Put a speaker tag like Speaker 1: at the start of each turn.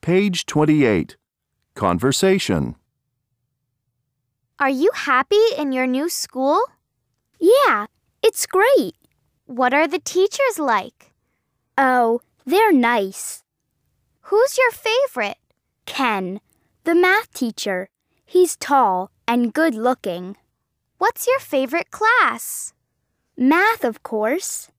Speaker 1: Page 28. Conversation.
Speaker 2: Are you happy in your new school? Yeah, it's great. What are the teachers like? Oh, they're nice. Who's your favorite? Ken, the math teacher. He's tall and good looking. What's your favorite class? Math, of course.